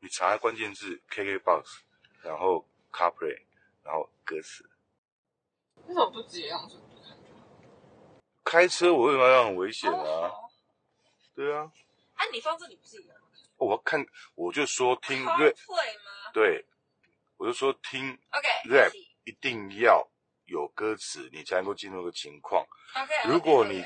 你查关键字 KKBOX，然后 CarPlay，然后歌词。为什么不啊直接用速度看就好？开车我为什么要很危险哦啊？好对啊，啊，你放这里不是一样吗？我要看，我就说听 rap， CarPlay 吗对，我就说听？OK， rap 一起一定要有歌词，你才能够进入一个情况。 OK，如果你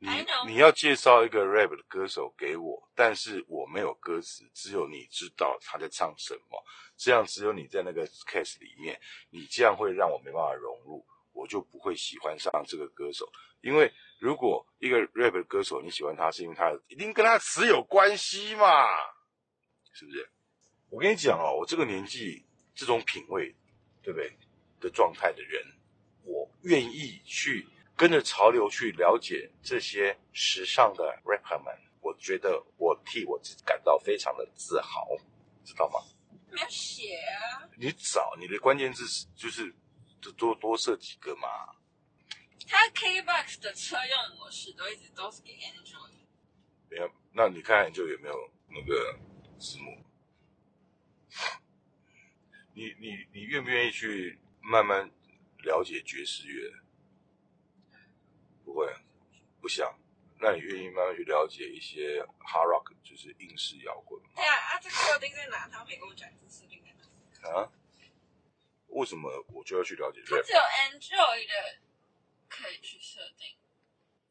你 I know 你要介绍一个 rap 的歌手给我，但是我没有歌词，只有你知道他在唱什么，这样只有你在那个 case 里面，你这样会让我没办法融入，我就不会喜欢上这个歌手。因为如果一个 rap 的歌手你喜欢他，是因为他一定跟他的词有关系嘛，是不是？我跟你讲哦，我这个年纪这种品味，对不对的状态的人，我愿意去跟着潮流去了解这些时尚的 rapper 们，我觉得我替我自己感到非常的自豪，知道吗？没有写啊，你找你的关键字是就是就多多设几个嘛，它 KBox 的车用模式都一直都是给 Android。没有？那你看就有没有那个字幕？ 你你你愿不愿意去慢慢了解爵士乐？不会，不想。那你愿意慢慢去了解一些 hard rock，就是英式摇滚吗对啊，啊，这个设定在哪？他没跟我讲这个设定在哪。啊？为什么我就要去了解它 rap？只有 Android 的可以去设定，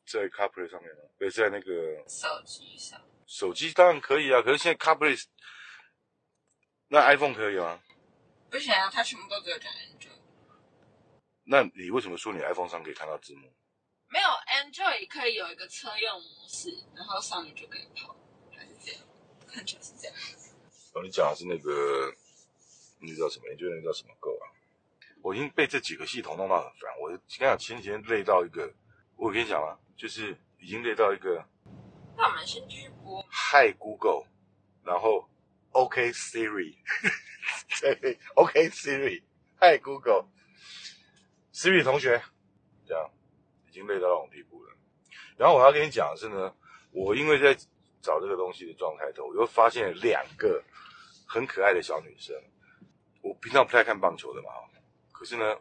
在 CarPlay 上面呢？对，在那个手机上手机当然可以啊，可是现在 CarPlay，那 iPhone 可以吗？不行啊，它全部都只有讲 Android。那你为什么说你 iPhone 上可以看到字幕？没有 Android 可以有一个车用模式，然后上面就可以跑，还是这样，看起来是这样。哦，你讲的是那个，那叫什么？你觉得那叫什么够啊？我已经被这几个系统弄到很烦。我跟你讲，前几天累到一个，我跟你讲啊，就是已经累到一个那我们先继续播。 Hi Google，然后 OK Siri，对，OK Siri，Hi Google，Siri 同学，这样已经累到那种地步了。然后我要跟你讲的是呢，我因为在找这个东西的状态头，我又发现两个很可爱的小女生。我平常不太看棒球的嘛，可是呢，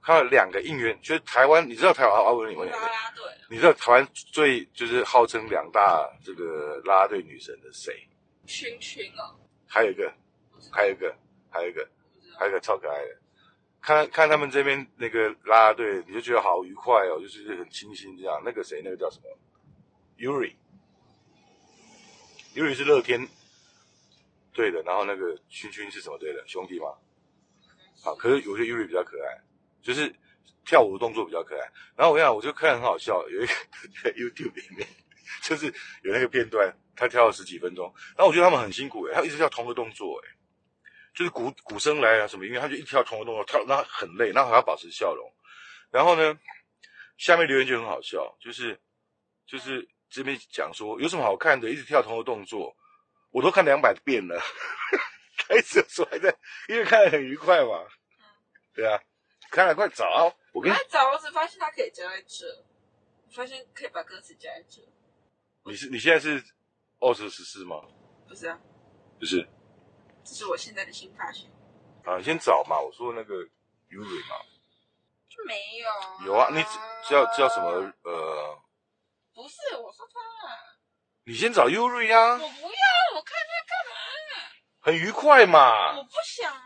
看到两个应援，就是台湾，你知道台湾华文里面有啦啦队，你知道台湾最就是号称两大这个啦啦队女神的谁？群群哦，还有一个，还有一个，还有一个，还有一个超可爱的。看看他们这边那个啦啦队，你就觉得好愉快哦，就是很清新这样。那个谁，那个叫什么？Yuri，Yuri 是乐天队的，然后那个勋勋是什么队的？兄弟吗？好，可是我觉得 Yuri 比较可爱，就是跳舞动作比较可爱。然后我跟你讲，我就看很好笑，有一个 在 YouTube 里面，就是有那个片段，他跳了十几分钟，然后我觉得他们很辛苦诶、欸他一直跳同个动作诶、就是鼓鼓声来啊什么音乐，他就一直跳同个动作，跳那很累，然后还要保持笑容。然后呢，下面留言就很好笑，就是就是这边讲说有什么好看的，一直跳同个动作，我都看两百遍了。他一直说还在，因为看得很愉快嘛，对啊，看了快找啊，我跟你哎，早我只发现它可以加在这，我发现可以把歌词加在这，你是你现在是二十十四吗？不是啊，不是这是我现在的新发现，啊，你先找嘛。我说那个 Yuri 嘛，就没有、啊有啊，你只叫叫什么？呃，不是，我说他、啊，你先找 Yuri 啊我，不要，我看他干嘛？很愉快我嘛。不想啊